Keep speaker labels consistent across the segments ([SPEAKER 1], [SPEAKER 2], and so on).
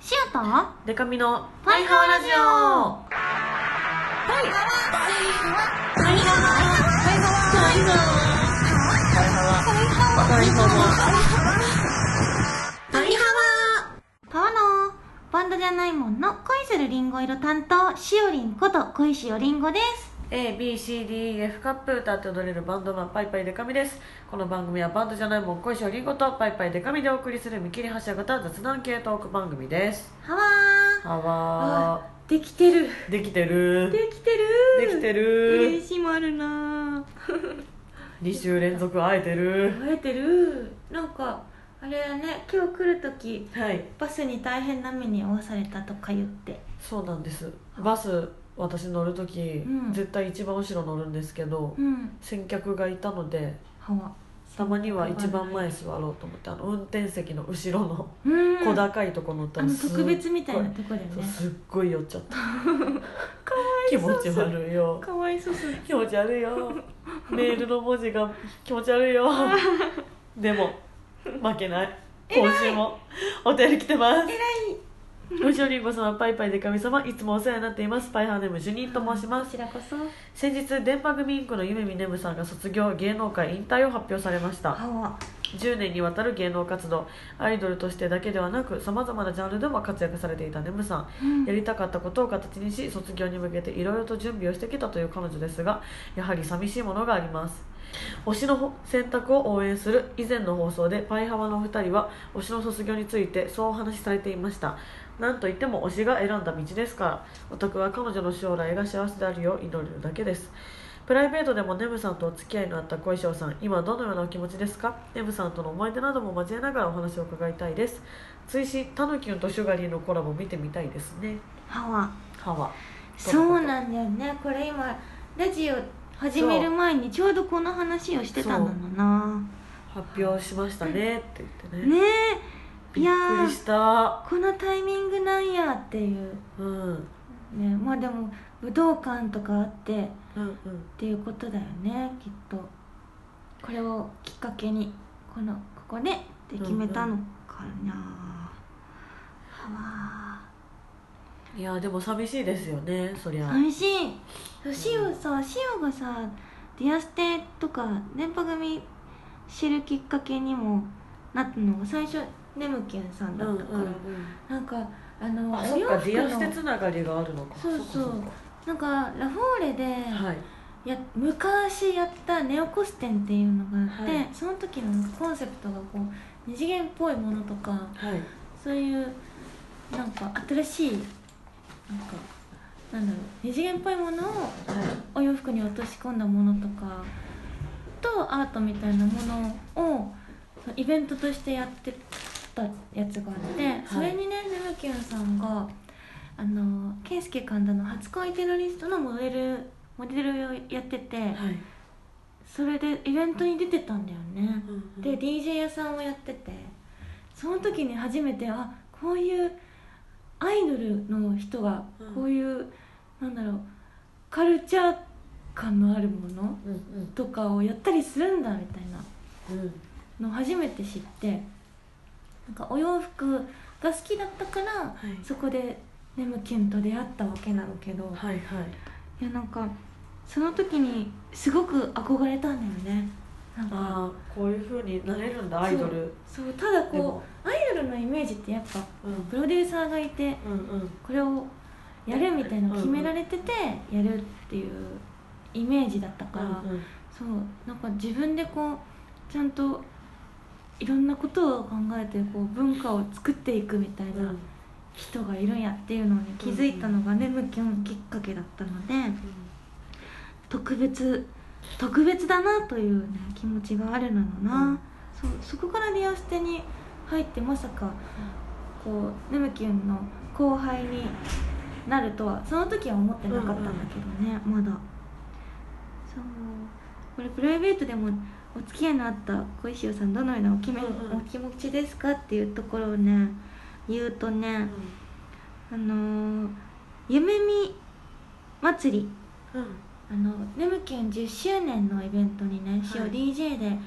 [SPEAKER 1] と
[SPEAKER 2] デカミの
[SPEAKER 1] パイハワラジオパワのバンドじゃないもんの恋するりんご色担当しおりんこと恋しおりんごです
[SPEAKER 2] ABCDEF カップ歌って踊れるバンドマンパイパイデカミですこの番組はバンドじゃないもん恋しおりんごとパイパイデカミでお送りする見切り発車型雑談系トーク番組です
[SPEAKER 1] はわ
[SPEAKER 2] はわ
[SPEAKER 1] ーできてる
[SPEAKER 2] ーできてる
[SPEAKER 1] できて
[SPEAKER 2] で
[SPEAKER 1] る
[SPEAKER 2] きてる
[SPEAKER 1] 嬉しいもあるな
[SPEAKER 2] 2週連続会えてる
[SPEAKER 1] 会えてるなんかあれやね今日来る時
[SPEAKER 2] はい
[SPEAKER 1] バスに大変な目に遭わされたとか言って
[SPEAKER 2] そうなんですバス私乗るとき、
[SPEAKER 1] ん
[SPEAKER 2] 絶対一番後ろ乗るんですけど、
[SPEAKER 1] うん
[SPEAKER 2] 先客がいたので
[SPEAKER 1] はわ
[SPEAKER 2] たまには一番前座ろうと思ってあの運転席の後ろの
[SPEAKER 1] うん
[SPEAKER 2] 小高いとこ乗った
[SPEAKER 1] あ
[SPEAKER 2] ら
[SPEAKER 1] の
[SPEAKER 2] すっ
[SPEAKER 1] 特
[SPEAKER 2] ごい
[SPEAKER 1] 別みたいなとこだよ
[SPEAKER 2] そう
[SPEAKER 1] ね
[SPEAKER 2] すっごい酔っちゃった気
[SPEAKER 1] そう
[SPEAKER 2] 持ち悪いよ
[SPEAKER 1] かわいそう す
[SPEAKER 2] 気持ち悪いよメールの文字が気持ち悪 いよでも負けない今週もお便り来てますおしおりんご様パイパイでかみ様いつもお世話になっていますパイハーネーム主任と申します
[SPEAKER 1] こちらこそ
[SPEAKER 2] 先日電波組インクのゆめみねむさんが卒業芸能界引退を発表されました
[SPEAKER 1] はわ
[SPEAKER 2] 10年にわたる芸能活動アイドルとしてだけではなくさまざまなジャンルでも活躍されていたねむさんやりたかったことを形にし卒業に向けていろいろと準備をしてきたという彼女ですがやはり寂しいものがあります推しの選択を応援する以前の放送でパイハワのお二人は推しの卒業についてそうお話しされていましたなんといっても推しが選んだ道ですからお宅は彼女の将来が幸せであるよう祈るだけですプライベートでもネムさんとお付き合いのあった小衣装さん今どのようなお気持ちですかネムさんとの思い出なども交えながらお話を伺いたいです追伸タヌキュンとシュガリーのコラボ見てみたいですね
[SPEAKER 1] はわ
[SPEAKER 2] 歯は
[SPEAKER 1] そうなんだよねこれ今ラジオ始める前にちょうどこの話をしてたのだな
[SPEAKER 2] 発表しましたねって言ってね
[SPEAKER 1] ねえ
[SPEAKER 2] び
[SPEAKER 1] い
[SPEAKER 2] っ
[SPEAKER 1] や
[SPEAKER 2] くり
[SPEAKER 1] ー
[SPEAKER 2] した
[SPEAKER 1] このタイミングなんやっていう
[SPEAKER 2] うんうん
[SPEAKER 1] ねまあでも武道館とかあってっ
[SPEAKER 2] うん
[SPEAKER 1] ていうことだよねきっとこれをきっかけにこのここでって決めたのかな、はわ
[SPEAKER 2] いやでも寂しいですよねそりゃ
[SPEAKER 1] 寂しいそうシオさシオがさ「ディアステ」とか電波組知るきっかけにもなったのが最初ネムキュンさん
[SPEAKER 2] う
[SPEAKER 1] だ
[SPEAKER 2] んう
[SPEAKER 1] っ
[SPEAKER 2] ん
[SPEAKER 1] たから、
[SPEAKER 2] うん
[SPEAKER 1] なんかあの
[SPEAKER 2] あ
[SPEAKER 1] お
[SPEAKER 2] そっ
[SPEAKER 1] 洋
[SPEAKER 2] かデ
[SPEAKER 1] 服
[SPEAKER 2] ィアス
[SPEAKER 1] の
[SPEAKER 2] テつながりがあるのか
[SPEAKER 1] そうそう
[SPEAKER 2] そっかそっか
[SPEAKER 1] なんかラフォーレで、
[SPEAKER 2] はい
[SPEAKER 1] や昔やったネオコステンっていうのがあって、
[SPEAKER 2] はい
[SPEAKER 1] その時のなんかコンセプトがこう二次元っぽいものとか
[SPEAKER 2] はい
[SPEAKER 1] そういうなんか新しいなんかなんだろう二次元っぽいものを
[SPEAKER 2] は
[SPEAKER 1] お洋服に落とし込んだものとかとアートみたいなものをそのイベントとしてやってたやつがあって、それにねネムキュンさんがあの健介神田の初恋テロリストのモデルモデルをやってて、
[SPEAKER 2] いはい
[SPEAKER 1] それでイベントに出てたんだよね、
[SPEAKER 2] うんうん
[SPEAKER 1] で DJ 屋さんをやっててその時に初めてあこういうアイドルの人が
[SPEAKER 2] うん
[SPEAKER 1] こういう、なんだろうカルチャー感のあるもの
[SPEAKER 2] うんうん
[SPEAKER 1] とかをやったりするんだみたいな
[SPEAKER 2] うん
[SPEAKER 1] のを初めて知ってなんかお洋服が好きだったから
[SPEAKER 2] はい
[SPEAKER 1] そこでネムキュンと出会ったわけなのけど
[SPEAKER 2] はいはい
[SPEAKER 1] いやなんかその時にすごく憧れたんだよねなんか
[SPEAKER 2] ああこういうふうになれるんだアイドル
[SPEAKER 1] そうただ
[SPEAKER 2] で
[SPEAKER 1] こ
[SPEAKER 2] も
[SPEAKER 1] うアイドルのイメージってやっぱ
[SPEAKER 2] うん
[SPEAKER 1] プロデューサーがいて
[SPEAKER 2] うんうん
[SPEAKER 1] これをやるみたいなの決められててやるっていうイメージだったから、
[SPEAKER 2] うんうん
[SPEAKER 1] そうなんか自分でこうちゃんといろんなことを考えてこう文化を作っていくみたいな人がいるんやっていうのに気づいたのがね、ムキュンきっかけだったので特別特別だなという、ね、気持ちがあるのだな、
[SPEAKER 2] うん
[SPEAKER 1] そうそこからリアステに入ってまさかこうネムキュンの後輩になるとはその時は思ってなかったんだけどね、まだそうこれプライベートでもお付き合いのあった小石尾さんどのようなお気め、
[SPEAKER 2] うんうん
[SPEAKER 1] お気持ちですかっていうところをね言うとね、あのー夢見祭り
[SPEAKER 2] うんうん
[SPEAKER 1] あのネムキュン10周年のイベントにね、しお
[SPEAKER 2] はい
[SPEAKER 1] DJ で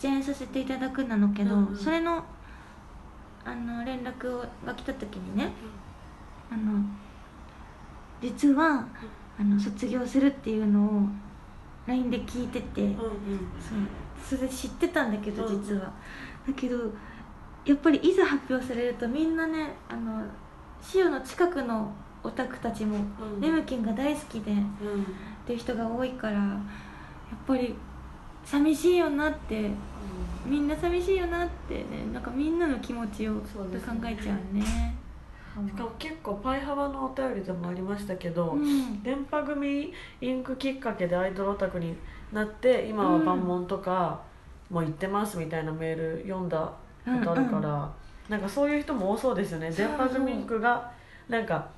[SPEAKER 1] 出演させていただくなのけど、
[SPEAKER 2] うんうん
[SPEAKER 1] それのあの連絡をが来た時にね実はあの卒業するっていうのを LINE で聞いてて、
[SPEAKER 2] うんうん
[SPEAKER 1] そうそれ知ってたんだけど
[SPEAKER 2] うん
[SPEAKER 1] 実は、だけどやっぱりいざ発表されるとみんなねあの潮の近くのオタクたちも
[SPEAKER 2] うん
[SPEAKER 1] ネムキンが大好きでっ
[SPEAKER 2] うん
[SPEAKER 1] ていう人が多いからやっぱり寂しいよなってみんな寂しいよなってねなんかみんなの気持ちを考
[SPEAKER 2] そうですね
[SPEAKER 1] えちゃうね
[SPEAKER 2] しかも結構パイ幅のお便りでもありましたけど、
[SPEAKER 1] うん
[SPEAKER 2] 電波組インクきっかけでアイドルオタクになって今は万問とかもう行ってますみたいなメール読んだことあるから、
[SPEAKER 1] うんうん
[SPEAKER 2] なんかそういう人も多そうですよね
[SPEAKER 1] そう
[SPEAKER 2] 電波組インクがなんか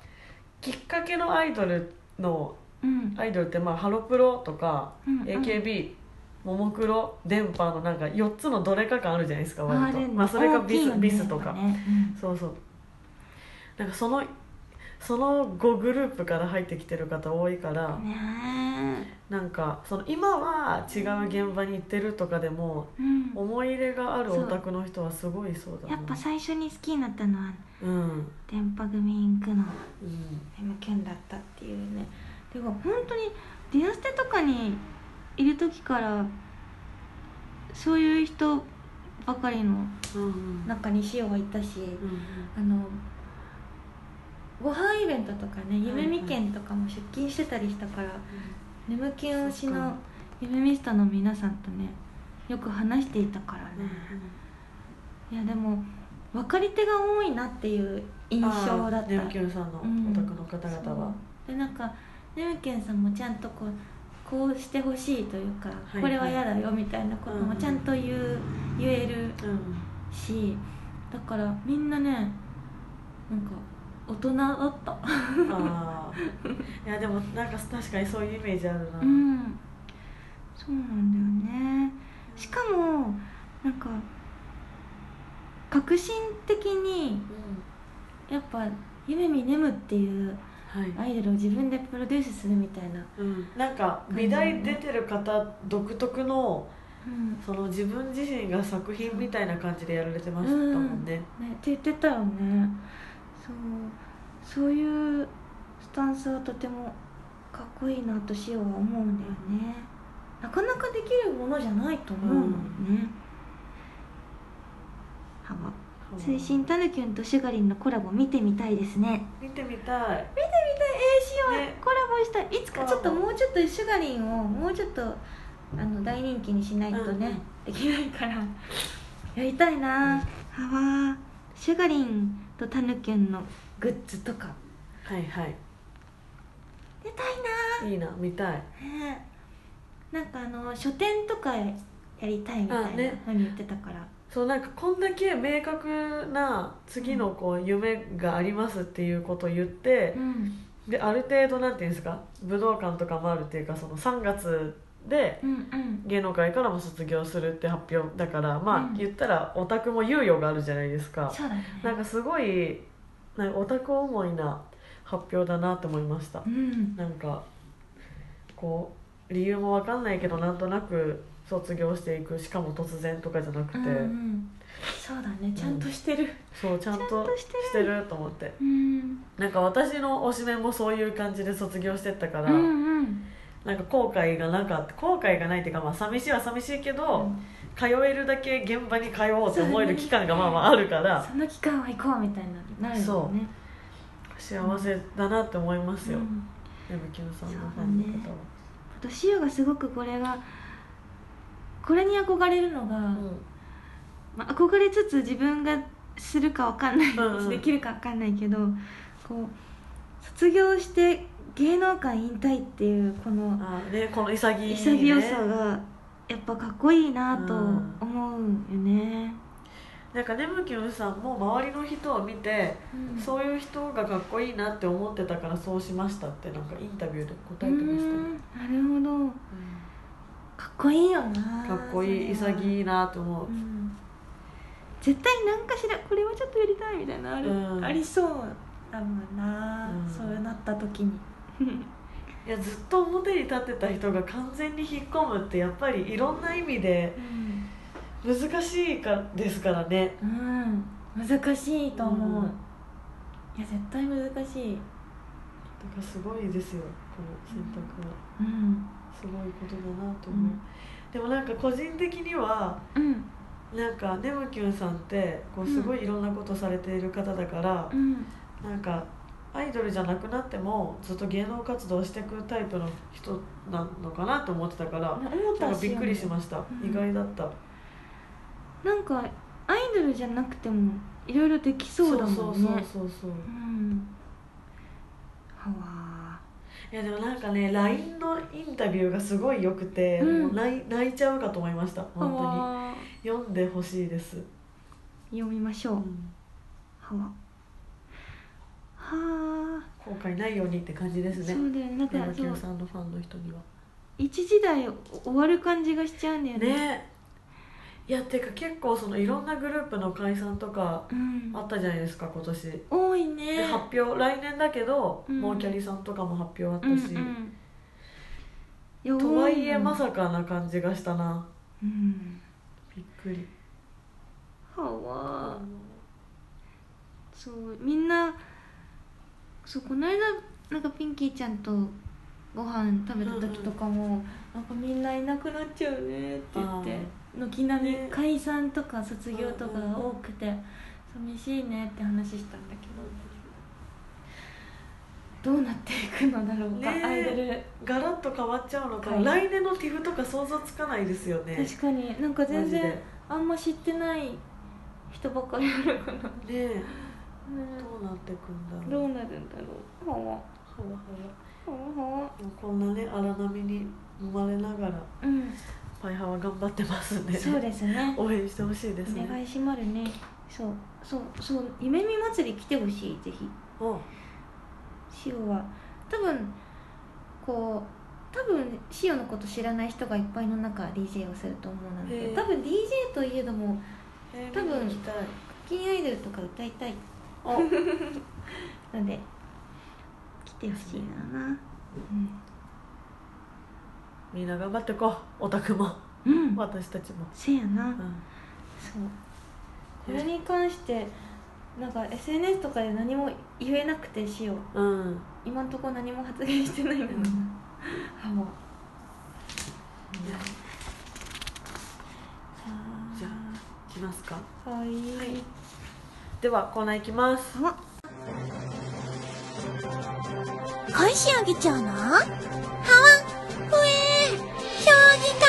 [SPEAKER 2] きっかけのアイドルの
[SPEAKER 1] うん
[SPEAKER 2] アイドルってまあハロプロとか
[SPEAKER 1] うんうん
[SPEAKER 2] AKB ももクロ電波のなんか4つのどれか感あるじゃないですか割と
[SPEAKER 1] るんだ
[SPEAKER 2] まあ、それがビ
[SPEAKER 1] 大きい
[SPEAKER 2] ス,、
[SPEAKER 1] よね
[SPEAKER 2] ビスとか、
[SPEAKER 1] やっぱねうん
[SPEAKER 2] そうそうなんかそのその5グループから入ってきてる方多いから
[SPEAKER 1] ね
[SPEAKER 2] なんかその今は違う現場に行ってるとかでも
[SPEAKER 1] えうん
[SPEAKER 2] 思い入れがあるオタクの人はすごいそうだな
[SPEAKER 1] やっぱ最初に好きになったのは
[SPEAKER 2] うん、
[SPEAKER 1] 電波組インクの
[SPEAKER 2] うん、
[SPEAKER 1] M キュンだったっていうねでも本当に「ディアステ」とかにいる時からそういう人ばかりの
[SPEAKER 2] うんうん
[SPEAKER 1] 中に塩はいたし
[SPEAKER 2] うん
[SPEAKER 1] あのご飯イベントとかね夢見県とかも出勤してたりしたから、眠気推し
[SPEAKER 2] そっ
[SPEAKER 1] の
[SPEAKER 2] か
[SPEAKER 1] 夢ミスタの皆さんとねよく話していたからね、いやでも分かり手が多いなっていう印象だった
[SPEAKER 2] ネムキュンさんの
[SPEAKER 1] うん
[SPEAKER 2] オタクの方々は、
[SPEAKER 1] そうでなんかねむけんさんもちゃんとこうこうしてほしいというか、
[SPEAKER 2] い
[SPEAKER 1] これは嫌だよみたいなこともちゃんと言う、言える
[SPEAKER 2] うん
[SPEAKER 1] しだからみんなねなんか大人だった
[SPEAKER 2] ああいやでもなんか確かにそういうイメージあるな、
[SPEAKER 1] うんそうなんだよねしかもなんか革新的にやっぱ夢見ねむっていう
[SPEAKER 2] は
[SPEAKER 1] ア
[SPEAKER 2] い
[SPEAKER 1] イドルを自分でプロデュースするみたいな、
[SPEAKER 2] うん、なんか美大出てる方独特の
[SPEAKER 1] うん
[SPEAKER 2] その自分自身が作品みたいな感じでやられてましたもんね、
[SPEAKER 1] ね、って言ってたよねそうそういうスタンスはとてもかっこいいなとしようは思うんだよねなかなかできるものじゃないと思うもんね、はわ
[SPEAKER 2] そう
[SPEAKER 1] 最新たぬきゅんとシュガリンのコラボ見てみたいですね
[SPEAKER 2] 見てみたい
[SPEAKER 1] 見たいえーしよう、
[SPEAKER 2] ね
[SPEAKER 1] コラボしたいいつかちょっと
[SPEAKER 2] コラ
[SPEAKER 1] も
[SPEAKER 2] ボ
[SPEAKER 1] うちょっとシュガリンをもうちょっとあの大人気にしないとね、できないからやりたいな、あわーシュガリンとたぬきゅんのグッズとか
[SPEAKER 2] はいはい
[SPEAKER 1] 出たい
[SPEAKER 2] いいな見たい
[SPEAKER 1] な、ねえ、なんかあの書店とかやりたいみたいな
[SPEAKER 2] あね
[SPEAKER 1] ふうに言ってたから、
[SPEAKER 2] そうなんかこんだけ明確な次のこう夢がありますっていうことを言って
[SPEAKER 1] うん
[SPEAKER 2] である程度なんていうんですか武道館とかもあるっていうかその3月で
[SPEAKER 1] うんうん
[SPEAKER 2] 芸能界からも卒業するって発表だからま
[SPEAKER 1] うん
[SPEAKER 2] あ言ったらオタクも猶予があるじゃないですか
[SPEAKER 1] そうだね
[SPEAKER 2] なんかすごいなんかオタク思いな発表だなと思いました
[SPEAKER 1] うん
[SPEAKER 2] なんかこう理由もわかんないけどなんとなく卒業していくしかも突然とかじゃなくて、
[SPEAKER 1] うんうんそうだねちゃんとしてる
[SPEAKER 2] そうちゃん
[SPEAKER 1] ちゃん
[SPEAKER 2] と
[SPEAKER 1] としてる
[SPEAKER 2] してると思って
[SPEAKER 1] うん
[SPEAKER 2] なんか私の推しメンもそういう感じで卒業してったか
[SPEAKER 1] う
[SPEAKER 2] ら、
[SPEAKER 1] んうん
[SPEAKER 2] なんか後悔がなかった後悔がないっていうかまあ寂しいは寂しいけど、通えるだけ現場に通おうって思える期間がまあまああるから
[SPEAKER 1] その期間は行こうみたいななるよね
[SPEAKER 2] 幸せだなって思いますよ、
[SPEAKER 1] うん
[SPEAKER 2] ヤムキムさんのファンの
[SPEAKER 1] そう
[SPEAKER 2] 方
[SPEAKER 1] だ
[SPEAKER 2] は。
[SPEAKER 1] 私よがすごくこれがこれに憧れるのが、
[SPEAKER 2] う
[SPEAKER 1] まあ、憧れつつ自分がするかわかんない、
[SPEAKER 2] うんうん
[SPEAKER 1] できるかわかんないけどこう卒業して芸能界引退っていうこ
[SPEAKER 2] ん、
[SPEAKER 1] の
[SPEAKER 2] あーねこの潔い、ね、
[SPEAKER 1] 潔さがやっぱかっこいいなと思うよね、
[SPEAKER 2] なんかねむきむさんも周りの人を見て、
[SPEAKER 1] うん
[SPEAKER 2] そういう人がかっこいいなって思ってたからそうしましたってなんかインタビューで答えてました
[SPEAKER 1] う
[SPEAKER 2] ね、
[SPEAKER 1] んなるほどかっこいいよな
[SPEAKER 2] かっこいい
[SPEAKER 1] それは
[SPEAKER 2] 潔いなと思う、
[SPEAKER 1] うん絶対何かしらこれはちょっとやりたいみたいなのある、
[SPEAKER 2] うん
[SPEAKER 1] ありそうだもんな、
[SPEAKER 2] うん
[SPEAKER 1] そうなった時に
[SPEAKER 2] いやずっと表に立ってた人が完全に引っ込むってやっぱりいろんな意味で
[SPEAKER 1] うん、
[SPEAKER 2] 難しいかですからね
[SPEAKER 1] 難しいと思う、
[SPEAKER 2] うん
[SPEAKER 1] いや絶対難しい
[SPEAKER 2] からすごいですよこの選択は
[SPEAKER 1] うん
[SPEAKER 2] すごいことだなと
[SPEAKER 1] う
[SPEAKER 2] 思う、
[SPEAKER 1] ん
[SPEAKER 2] でもなんか個人的には
[SPEAKER 1] うん
[SPEAKER 2] なんかねむきゅんさんってこうすごいいろんなことされている方だから
[SPEAKER 1] う、ん
[SPEAKER 2] なんかアイドルじゃなくなってもずっと芸能活動していくタイプの人なのかなと思ってたから
[SPEAKER 1] 思っ
[SPEAKER 2] な
[SPEAKER 1] た
[SPEAKER 2] んかびっくりし
[SPEAKER 1] す
[SPEAKER 2] ました、
[SPEAKER 1] うん
[SPEAKER 2] 意外だった
[SPEAKER 1] なんかアイドルじゃなくてもいろいろできそうだもんね
[SPEAKER 2] そうそうそうそう
[SPEAKER 1] うんはわ
[SPEAKER 2] いやでもなんかね LINE のインタビューがすごい良くて、
[SPEAKER 1] うん
[SPEAKER 2] もう泣い泣いちゃうかと思いました本
[SPEAKER 1] はわ
[SPEAKER 2] 当に読んでほしいです、
[SPEAKER 1] 読みましょう
[SPEAKER 2] うん
[SPEAKER 1] はわはあ
[SPEAKER 2] 後悔ないようにって感じです
[SPEAKER 1] そうだ
[SPEAKER 2] ね
[SPEAKER 1] よねなんか
[SPEAKER 2] 山
[SPEAKER 1] そ
[SPEAKER 2] 清
[SPEAKER 1] う
[SPEAKER 2] さんのファンの人には
[SPEAKER 1] 一時代終わる感じがしちゃうんだよね
[SPEAKER 2] ねいやてか結構そのいろんなグループの解散とか
[SPEAKER 1] うん
[SPEAKER 2] あったじゃないですか今年
[SPEAKER 1] 多い
[SPEAKER 2] で
[SPEAKER 1] ね
[SPEAKER 2] 発表来年だけど、
[SPEAKER 1] うん
[SPEAKER 2] もうキャリさんとかも発表あった
[SPEAKER 1] うん
[SPEAKER 2] し、
[SPEAKER 1] うん
[SPEAKER 2] とはいえま
[SPEAKER 1] か
[SPEAKER 2] さかな感じがしたな
[SPEAKER 1] うん
[SPEAKER 2] びっくり
[SPEAKER 1] はわそうみんなそうこの間なんかピンキーちゃんとご飯食べた時とかも、なんかみんないなくなっちゃうねって言って軒並み
[SPEAKER 2] ね
[SPEAKER 1] 解散とか卒業とかが
[SPEAKER 2] うんうん
[SPEAKER 1] 多くて寂しいねって話したんだけどどうなっていくのだろうか、
[SPEAKER 2] ね
[SPEAKER 1] アイドル
[SPEAKER 2] ガラッと変わっちゃうのか、
[SPEAKER 1] はい
[SPEAKER 2] 来年の TIFF とか想像つかないですよね
[SPEAKER 1] 確かになんか全
[SPEAKER 2] マ
[SPEAKER 1] 然あんま知ってない人ばっかりなのかな、
[SPEAKER 2] ジでねえどうなってくんだろう
[SPEAKER 1] ど
[SPEAKER 2] は
[SPEAKER 1] うなるんだろうはわ
[SPEAKER 2] わは
[SPEAKER 1] はわ
[SPEAKER 2] わもうこんなね荒波に生まれながら
[SPEAKER 1] うん
[SPEAKER 2] パイハワ頑張ってますんで
[SPEAKER 1] そうですね
[SPEAKER 2] 応援してほしいです
[SPEAKER 1] お願
[SPEAKER 2] ね
[SPEAKER 1] いしまるねそうそうそう夢見祭り来てほしいぜひ
[SPEAKER 2] お
[SPEAKER 1] しおは多分こう多分しおのこと知らない人がいっぱいの中 DJ をすると思うんだけ
[SPEAKER 2] へ
[SPEAKER 1] ど
[SPEAKER 2] え
[SPEAKER 1] 多分 DJ といえども
[SPEAKER 2] えー
[SPEAKER 1] 多分
[SPEAKER 2] 見に行きたい
[SPEAKER 1] 金アイドルとか歌いたい
[SPEAKER 2] お
[SPEAKER 1] ので来てほしいな
[SPEAKER 2] みんな頑張ってこうオタクも
[SPEAKER 1] うん、うん、
[SPEAKER 2] 私たちも、
[SPEAKER 1] せやな、
[SPEAKER 2] うん
[SPEAKER 1] そうこれに関してなんか SNS とかで何も言えなくてしお
[SPEAKER 2] うん
[SPEAKER 1] 今んとこ何も発言してないんだろうなあもう
[SPEAKER 2] じゃあ来ますか
[SPEAKER 1] あはいはい
[SPEAKER 2] ではコーナー行きます
[SPEAKER 3] 小石あげちゃうのハワふえー評議会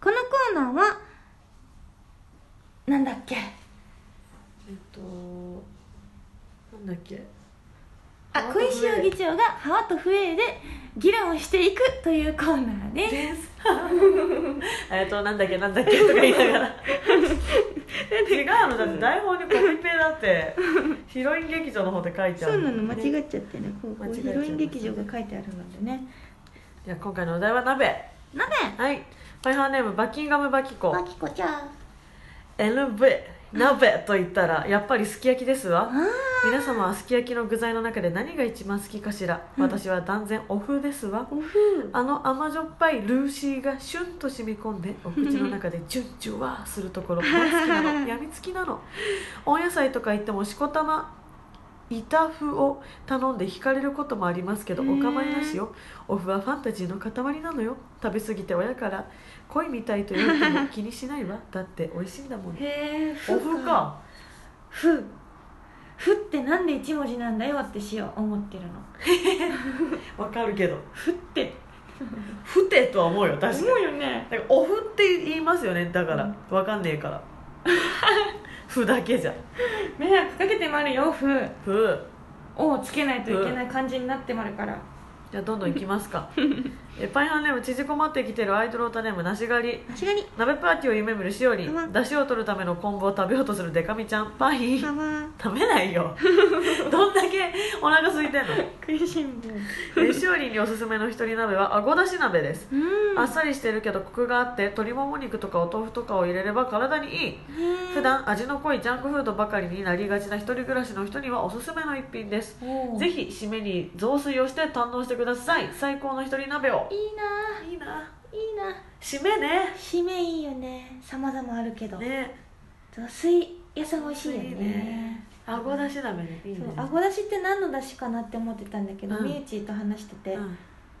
[SPEAKER 1] このコーナーはなんだっけ
[SPEAKER 2] えっとなんだっけ
[SPEAKER 1] あ小石尾議長がハワとフエで議論をしていくというコーナーです
[SPEAKER 2] ですえっとなんだっけなんだっけとか言いなが ら違うのだって台本にコピペだってヒロイン劇場の方で書いちゃう
[SPEAKER 1] そうなの間
[SPEAKER 2] ね
[SPEAKER 1] 違っちゃってねこうこ
[SPEAKER 2] 間違
[SPEAKER 1] う
[SPEAKER 2] えちゃ
[SPEAKER 1] ヒ
[SPEAKER 2] います
[SPEAKER 1] ロイン劇場が書いてあるのでね
[SPEAKER 2] じゃあ今回のお題は鍋
[SPEAKER 1] 鍋
[SPEAKER 2] はいファイハーネームバッキンガムバキコ
[SPEAKER 3] マキコちゃん
[SPEAKER 2] LV 鍋と言ったらやっぱりすき焼きです
[SPEAKER 1] あ
[SPEAKER 2] わ皆様はすき焼きの具材の中で何が一番好きかしら、
[SPEAKER 1] うん
[SPEAKER 2] 私は断然お風ですわ
[SPEAKER 1] おふ
[SPEAKER 2] あの甘じょっぱいルーシーがシュンと染み込んでお口の中でジュンジュワーする ところ大好きなのやみつきなの温野菜とか行ってもしこたま板麩を頼んで惹かれることもありますけどお
[SPEAKER 1] へー
[SPEAKER 2] 構いなしよお麩はファンタジーの塊なのよ食べ過ぎて親から恋みたいと言われて も気にしないわだって美味しいんだもん
[SPEAKER 1] へえ
[SPEAKER 2] お麩か
[SPEAKER 1] ふふってなんで一文字なんだよってしよう思ってるの
[SPEAKER 2] わかるけど
[SPEAKER 1] ふって
[SPEAKER 2] ふてとは思うよ確かに
[SPEAKER 1] 思うよね
[SPEAKER 2] なんかおふって言いますよねだからわかんねえから ふだけじゃ
[SPEAKER 1] 迷惑かけてまるよふ
[SPEAKER 2] ふ
[SPEAKER 1] をつけないといけない感じになってまるから
[SPEAKER 2] じゃあどんどんいきま すかえパイハンネーム縮こまってきてるアイドルオタネームなし狩り
[SPEAKER 1] 間違いに
[SPEAKER 2] 鍋パーティーを夢見るしおり
[SPEAKER 1] うん
[SPEAKER 2] だしを取るための昆布を食べようとするデカミちゃんパイン
[SPEAKER 1] かわ
[SPEAKER 2] 食べな いよどんだけお腹空いてんの
[SPEAKER 1] 食いしん坊
[SPEAKER 2] えしおりにおすすめの一人鍋はあごだし鍋です
[SPEAKER 1] うん
[SPEAKER 2] あっさりしてるけどコクがあって鶏もも肉とかお豆腐とかを入れれば体にいい普段味の濃いジャンクフードばかりになりがちな一人暮らしの人にはおすすめの一品ですぜひ締めに雑炊をして堪能してください最高の一人鍋を
[SPEAKER 1] いいない
[SPEAKER 2] いない
[SPEAKER 1] な
[SPEAKER 2] 締めね
[SPEAKER 1] 締めいいよね様々あるけど
[SPEAKER 2] ね
[SPEAKER 1] 雑炊屋さん美味しいよね
[SPEAKER 2] 雑炊ね顎出し鍋ねいいね
[SPEAKER 1] そう顎出しって何の出しかなって思ってたんだけど、
[SPEAKER 2] うん
[SPEAKER 1] みゆちーと話してて、
[SPEAKER 2] うん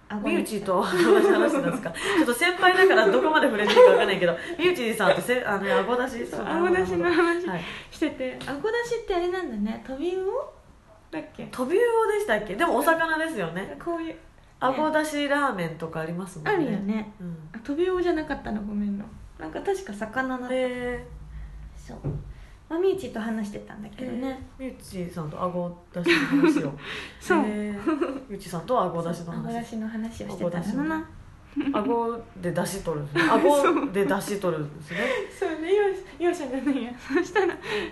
[SPEAKER 1] 顎
[SPEAKER 2] み
[SPEAKER 1] 出
[SPEAKER 2] ゆ
[SPEAKER 1] し
[SPEAKER 2] ちと 話してたんですかちょっと先輩だからどこまで触れていいかわかんないけどみゆちさんとせあの顎出し
[SPEAKER 1] そう顎出しの
[SPEAKER 2] は
[SPEAKER 1] 話
[SPEAKER 2] い
[SPEAKER 1] してて顎出しってあれなんだねトビウオだっけ
[SPEAKER 2] トビウオでしたっけでもお魚ですよね
[SPEAKER 1] こういう
[SPEAKER 2] 顎出しラーメンとかありますもん
[SPEAKER 1] あ
[SPEAKER 2] ね
[SPEAKER 1] るよね
[SPEAKER 2] うん
[SPEAKER 1] あトビウオじゃなかったのごめんななんか確か魚な
[SPEAKER 2] え
[SPEAKER 1] そう、まあ、みゆちーと話してたんだ
[SPEAKER 2] ー
[SPEAKER 1] けどね、
[SPEAKER 2] みゆちさんと顎出しの話 を
[SPEAKER 1] そう
[SPEAKER 2] えーみゆちさんと顎出し
[SPEAKER 1] そ
[SPEAKER 2] の
[SPEAKER 1] う顎出
[SPEAKER 2] 話
[SPEAKER 1] しの話をしてたんだな
[SPEAKER 2] 顎で出し取るん ですね顎で出し取るんですね
[SPEAKER 1] そうね容赦じゃないや そしたら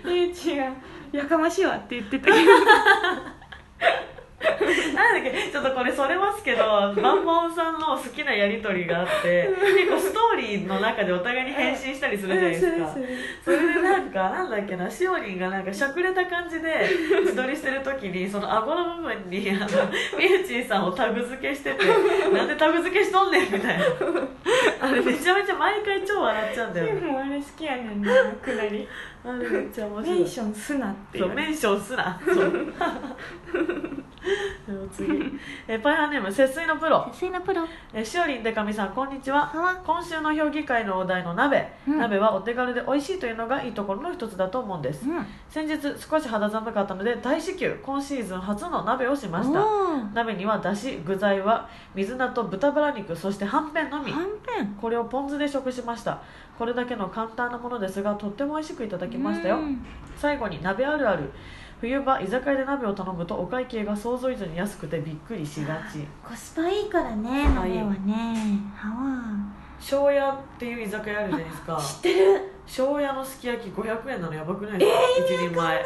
[SPEAKER 1] みゆちーが「やかましいわ」って言ってたけど
[SPEAKER 2] なんだっけちょっとこれそれます けどバンモンさんの好きなやりとりがあって結構ストーリーの中でお互いに返信したりするじゃないですか
[SPEAKER 1] そうそう
[SPEAKER 2] それでなんかなんだっけなしおりんがなんかしゃくれた感じで自撮りしてる時にその顎の部分にあのみゆちんさんをタグ付けしててなんでタグ付けしとんねんみたいなあれめちゃめちゃ毎回超笑っちゃうんだよね
[SPEAKER 1] もあれ好きやねんなくだり
[SPEAKER 2] あれめっちゃ面
[SPEAKER 1] メ
[SPEAKER 2] 白
[SPEAKER 1] ン
[SPEAKER 2] い
[SPEAKER 1] ションすなって
[SPEAKER 2] そ
[SPEAKER 1] 言わ
[SPEAKER 2] う
[SPEAKER 1] れ
[SPEAKER 2] メンションすなそうでも 次えパイハーネーム節水のプロ
[SPEAKER 1] た水のプロ
[SPEAKER 2] えしおりんでかみさんこんにちは
[SPEAKER 1] は
[SPEAKER 2] 今週の評議会のお題の鍋、
[SPEAKER 1] うん
[SPEAKER 2] 鍋はお手軽で美味しいというのがいいところの一つだと思うんです、
[SPEAKER 1] うん
[SPEAKER 2] 先日少し肌寒かったので大至急今シーズン初の鍋をしました鍋にはだし具材は水菜と豚バラ肉そしてはんぺんのみ
[SPEAKER 1] はんぺん
[SPEAKER 2] これをポン酢で食しましたこれだけの簡単なものですがとっても美味しくいただきましたよ
[SPEAKER 1] うん
[SPEAKER 2] 最後に鍋あるある冬場居酒屋で鍋を頼むとお会計が想像以上に安くてびっくりしが ち
[SPEAKER 1] コスパいいからね
[SPEAKER 2] パいい
[SPEAKER 1] 鍋はねは
[SPEAKER 2] 庄屋っていう居酒屋あるじゃないですか
[SPEAKER 1] わ知ってる
[SPEAKER 2] 庄屋のすき焼き500円なのやばくないですか、一人前
[SPEAKER 1] はい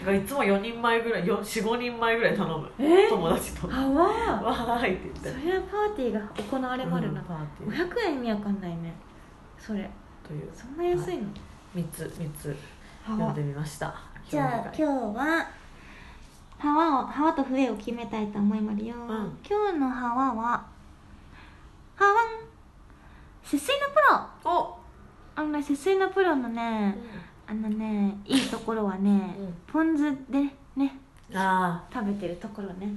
[SPEAKER 1] 何
[SPEAKER 2] がいつも4人前ぐらい45人前ぐらい頼む
[SPEAKER 1] それえ
[SPEAKER 2] 友達と「わ
[SPEAKER 1] はわ
[SPEAKER 2] ーい」って
[SPEAKER 1] そ
[SPEAKER 2] 言って
[SPEAKER 1] りゃパーティーが行われまる
[SPEAKER 2] う
[SPEAKER 1] なん
[SPEAKER 2] パーティー
[SPEAKER 1] 500円意味わかんないねそれ
[SPEAKER 2] という
[SPEAKER 1] そんな安いの
[SPEAKER 2] 3つ3つ
[SPEAKER 1] は
[SPEAKER 2] 読んでみました
[SPEAKER 1] じゃあ
[SPEAKER 2] 評
[SPEAKER 1] 今日はハワをハワと笛を決めたいと思いますよ、
[SPEAKER 2] ん
[SPEAKER 1] 今日のハワはハワン節水のプロ
[SPEAKER 2] 価会お
[SPEAKER 1] あのね節水のプロのねあのねいいところはね、
[SPEAKER 2] うん
[SPEAKER 1] ポン酢でね
[SPEAKER 2] あ
[SPEAKER 1] 食べてるところね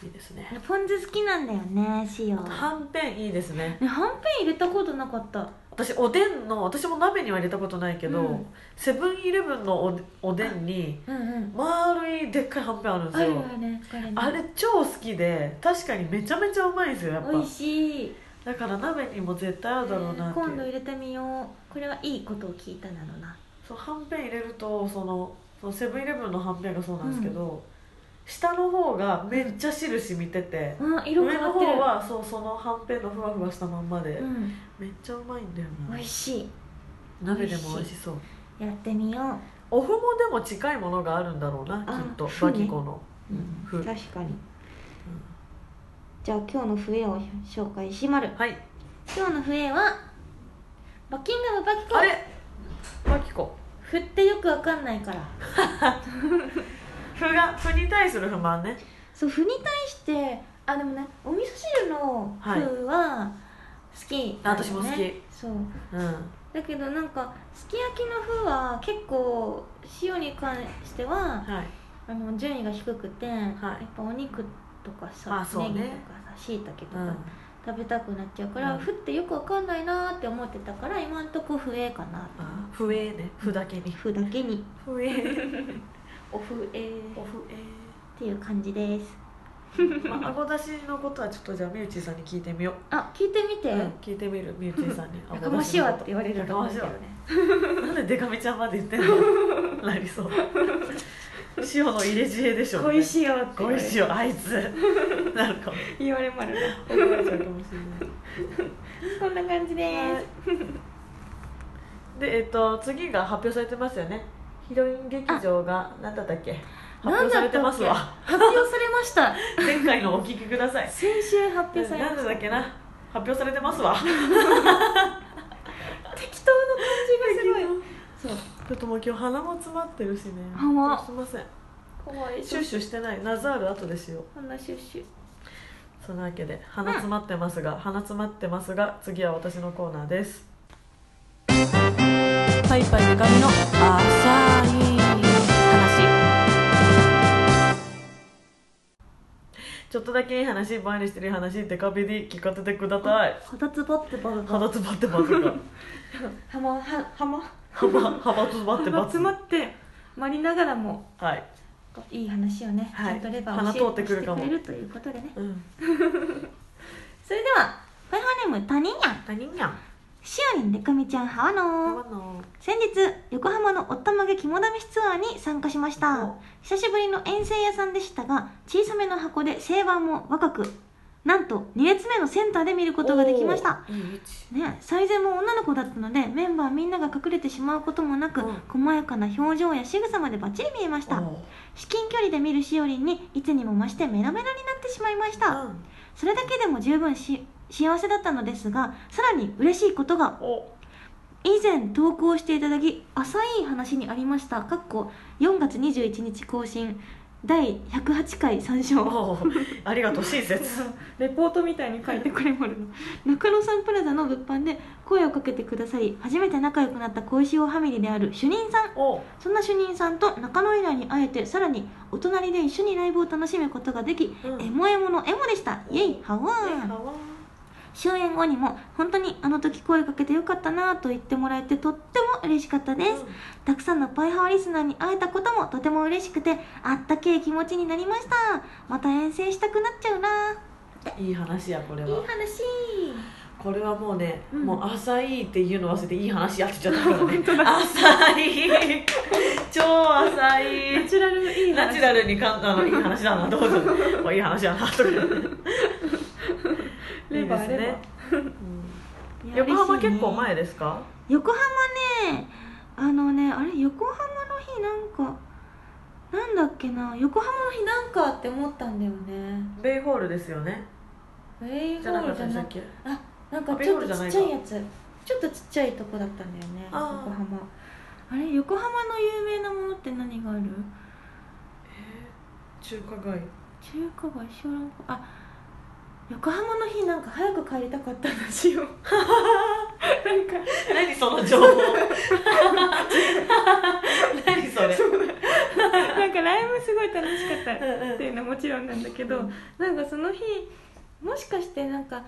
[SPEAKER 2] あいいですね
[SPEAKER 1] ポン酢好きなんだよね塩ね
[SPEAKER 2] はんぺんいいですね
[SPEAKER 1] はんぺん入れたことなかった
[SPEAKER 2] 私おでんの私も鍋には入れたことないけど、
[SPEAKER 1] うん
[SPEAKER 2] セブンイレブンのおでおでんに
[SPEAKER 1] うんうん
[SPEAKER 2] 丸いでっかいはんぺんあるんです
[SPEAKER 1] ある
[SPEAKER 2] よ
[SPEAKER 1] わねこれね
[SPEAKER 2] あれ超好きで確かにめちゃめちゃうまいんですよやっぱ
[SPEAKER 1] 美味しい
[SPEAKER 2] だから鍋にも絶対合うだろうなっていう
[SPEAKER 1] 今度入れてみようこれはいいことを聞いたなのな
[SPEAKER 2] そうはんぺん入れるとそのそのセブンイレブンのはんぺんがそうなんですけど、下の方がめっちゃ汁染みてて、
[SPEAKER 1] あ色
[SPEAKER 2] 上
[SPEAKER 1] 変わ
[SPEAKER 2] の
[SPEAKER 1] ってる
[SPEAKER 2] 方はそうそのはんぺんのふわふわしたまんまで、
[SPEAKER 1] うん、
[SPEAKER 2] めっちゃうまいんだよ
[SPEAKER 1] 美
[SPEAKER 2] な
[SPEAKER 1] 味しい
[SPEAKER 2] 鍋でも美味しそう
[SPEAKER 1] やってみよ
[SPEAKER 2] お麩もでも近いものがあるんだろうな
[SPEAKER 1] あ
[SPEAKER 2] きっと
[SPEAKER 1] 麩
[SPEAKER 2] バ
[SPEAKER 1] ね
[SPEAKER 2] キコの
[SPEAKER 1] う、
[SPEAKER 2] 麩、うん
[SPEAKER 1] 確かにじゃあ今日の笛を紹介しまる
[SPEAKER 2] はい
[SPEAKER 1] 今日の笛はバッキンガムバキコ
[SPEAKER 2] あれバキコ
[SPEAKER 1] 振ってよくわかんないから
[SPEAKER 2] 麩が麩に対する不満ね
[SPEAKER 1] そう麩に対してあでもねお味噌汁の麩は好き、
[SPEAKER 2] あ私も好き
[SPEAKER 1] そう
[SPEAKER 2] うん
[SPEAKER 1] だけどなんかすき焼きの麩は結構塩に関しては
[SPEAKER 2] はい
[SPEAKER 1] あの順位が低くて、やっぱお肉とかさ、
[SPEAKER 2] あそうね
[SPEAKER 1] ネギとかさしいたけと
[SPEAKER 2] う
[SPEAKER 1] か、
[SPEAKER 2] ん
[SPEAKER 1] 食べたくなっちゃうから、
[SPEAKER 2] うん
[SPEAKER 1] ふってよくわかんないなーって思ってたから今んとこ不えかな
[SPEAKER 2] あ不えね不だけに
[SPEAKER 1] ふだけに
[SPEAKER 2] 不 え
[SPEAKER 1] おふえ
[SPEAKER 2] お
[SPEAKER 1] っ
[SPEAKER 2] ふ
[SPEAKER 1] ていう感じです
[SPEAKER 2] え まあ顎出しのことはちょっとじゃあみゆちさんに聞いてみよ
[SPEAKER 1] あ聞いてみ
[SPEAKER 2] う、
[SPEAKER 1] て
[SPEAKER 2] うん聞いてみるみゆちさんに
[SPEAKER 1] 「やかましいわ」って言われる
[SPEAKER 2] や
[SPEAKER 1] と
[SPEAKER 2] か
[SPEAKER 1] 思
[SPEAKER 2] ま
[SPEAKER 1] う
[SPEAKER 2] し
[SPEAKER 1] け
[SPEAKER 2] い
[SPEAKER 1] ど
[SPEAKER 2] わ
[SPEAKER 1] ね
[SPEAKER 2] なんでデカミちゃんまで言ってん のなりそう塩の入れ知恵でしょ
[SPEAKER 1] 恋しいよって言わ
[SPEAKER 2] 恋
[SPEAKER 1] れ
[SPEAKER 2] しいよあいつなるかも
[SPEAKER 1] 言われまるな
[SPEAKER 2] 怒られちゃうかもしれない
[SPEAKER 1] こんな感じで
[SPEAKER 2] はい
[SPEAKER 1] す
[SPEAKER 2] でえっと次が発表されてますよねヒロイン劇場が何だったっけ発
[SPEAKER 1] なん
[SPEAKER 2] 表
[SPEAKER 1] だ
[SPEAKER 2] さ
[SPEAKER 1] ったっけ
[SPEAKER 2] れてますわ
[SPEAKER 1] 発表されました
[SPEAKER 2] 前回のお聞きください
[SPEAKER 1] 先週 発表されま
[SPEAKER 2] 何
[SPEAKER 1] した
[SPEAKER 2] だったっけな発表されてますわ
[SPEAKER 1] 適当な感じがすごいそう
[SPEAKER 2] ちょっともう今日鼻も詰まってるしね
[SPEAKER 1] 鼻
[SPEAKER 2] すいません
[SPEAKER 1] かわいい
[SPEAKER 2] シュッシュしてないナザール後ですよ
[SPEAKER 1] こんなシュッシュ
[SPEAKER 2] そんなわけで鼻詰まってますが、鼻詰まってますが次は私のコーナーですパイパイで髪の浅いちょっとだけいい話前にしてるいい話デカビディ聞かせてください
[SPEAKER 1] 肌つばってばが
[SPEAKER 2] 肌つばってまずか
[SPEAKER 1] はまははま
[SPEAKER 2] 幅幅つばって
[SPEAKER 1] 肌
[SPEAKER 2] ま
[SPEAKER 1] つ
[SPEAKER 2] ず
[SPEAKER 1] まって回りながらも
[SPEAKER 2] はい、
[SPEAKER 1] いい話をね、
[SPEAKER 2] はい
[SPEAKER 1] ちゃんとレバー
[SPEAKER 2] 鼻
[SPEAKER 1] を
[SPEAKER 2] 通
[SPEAKER 1] 教え
[SPEAKER 2] ってくるかも
[SPEAKER 1] してくれるということでね
[SPEAKER 2] うん、
[SPEAKER 1] それではファイハネーム他人やん
[SPEAKER 2] 他人やん
[SPEAKER 1] しおりんでかみちゃんはわのー
[SPEAKER 2] の
[SPEAKER 1] 先日横浜のおったまげ肝試しツアーに参加しました久しぶりの遠征屋さんでしたが小さめの箱で正版も若くなんと2列目のセンターで見ることができました
[SPEAKER 2] いい位置
[SPEAKER 1] ね、最善も女の子だったのでメンバーみんなが隠れてしまうこともなく、
[SPEAKER 2] うん
[SPEAKER 1] 細やかな表情や仕草までバッチリ見えました
[SPEAKER 2] おう
[SPEAKER 1] 至近距離で見るしおりんにいつにも増してメラメラになってしまいました
[SPEAKER 2] うん
[SPEAKER 1] それだけでも十分し幸せだったのですがさらに嬉しいことが
[SPEAKER 2] お
[SPEAKER 1] 以前投稿していただき浅い話にありましたかっこ4月21日更新第108回参照
[SPEAKER 2] おうありがとう親切
[SPEAKER 1] レポートみたいに書いてくれもるの中野サンプラザの物販で声をかけてくださり初めて仲良くなった小石尾ファミリーである主任さん
[SPEAKER 2] おう
[SPEAKER 1] そんな主任さんと中野以来に会えてさらにお隣で一緒にライブを楽しむことができ、
[SPEAKER 2] うん
[SPEAKER 1] エモエモのエモでしたイェイハワーン終演後にも本当にあの時声かけてよかったなぁと言ってもらえてとっても嬉しかったです、たくさんのパイハワリスナーに会えたこともとても嬉しくてあったけえ気持ちになりましたまた遠征したくなっちゃうな
[SPEAKER 2] うんいい話やこれ
[SPEAKER 1] いい
[SPEAKER 2] は
[SPEAKER 1] 話
[SPEAKER 2] これはもうね、
[SPEAKER 1] うん
[SPEAKER 2] もう浅いっていうの忘れていい話やってちゃったからね浅い超浅い
[SPEAKER 1] チュラルい
[SPEAKER 2] ナチュラルにかんあのいい話だなどうぞまあいい話だなとか
[SPEAKER 1] レバー
[SPEAKER 2] いいです
[SPEAKER 1] レ
[SPEAKER 2] ね
[SPEAKER 1] バいや
[SPEAKER 2] 横浜
[SPEAKER 1] 嬉しいね
[SPEAKER 2] 結構前ですか
[SPEAKER 1] 横浜ねあのねあれ横浜の日なんかなんだっけな横浜の日なんかって思ったんだよね
[SPEAKER 2] ベイホールですよね
[SPEAKER 1] ウェイ
[SPEAKER 2] じ
[SPEAKER 1] ホ
[SPEAKER 2] ゃな
[SPEAKER 1] ー
[SPEAKER 2] かっ
[SPEAKER 1] ルじゃ
[SPEAKER 2] たでした
[SPEAKER 1] な
[SPEAKER 2] っ
[SPEAKER 1] く
[SPEAKER 2] け
[SPEAKER 1] あなんか
[SPEAKER 2] あ
[SPEAKER 1] ちょっと
[SPEAKER 2] ベイホールじゃ
[SPEAKER 1] ち
[SPEAKER 2] な
[SPEAKER 1] っ
[SPEAKER 2] いか
[SPEAKER 1] ちゃいやつちょっとちっちゃいとこだったんだよね横
[SPEAKER 2] あー
[SPEAKER 1] 浜あれ横浜の有名なものって何がある
[SPEAKER 2] 中華街
[SPEAKER 1] 中華街小籠包あ横浜の日なんか早く帰りたかったんですよ なんか
[SPEAKER 2] 何その情報何それ
[SPEAKER 1] なんかライブすごい楽しかったっていうのはもちろんなんだけど、
[SPEAKER 2] うん
[SPEAKER 1] なんかその日もしかしてなんか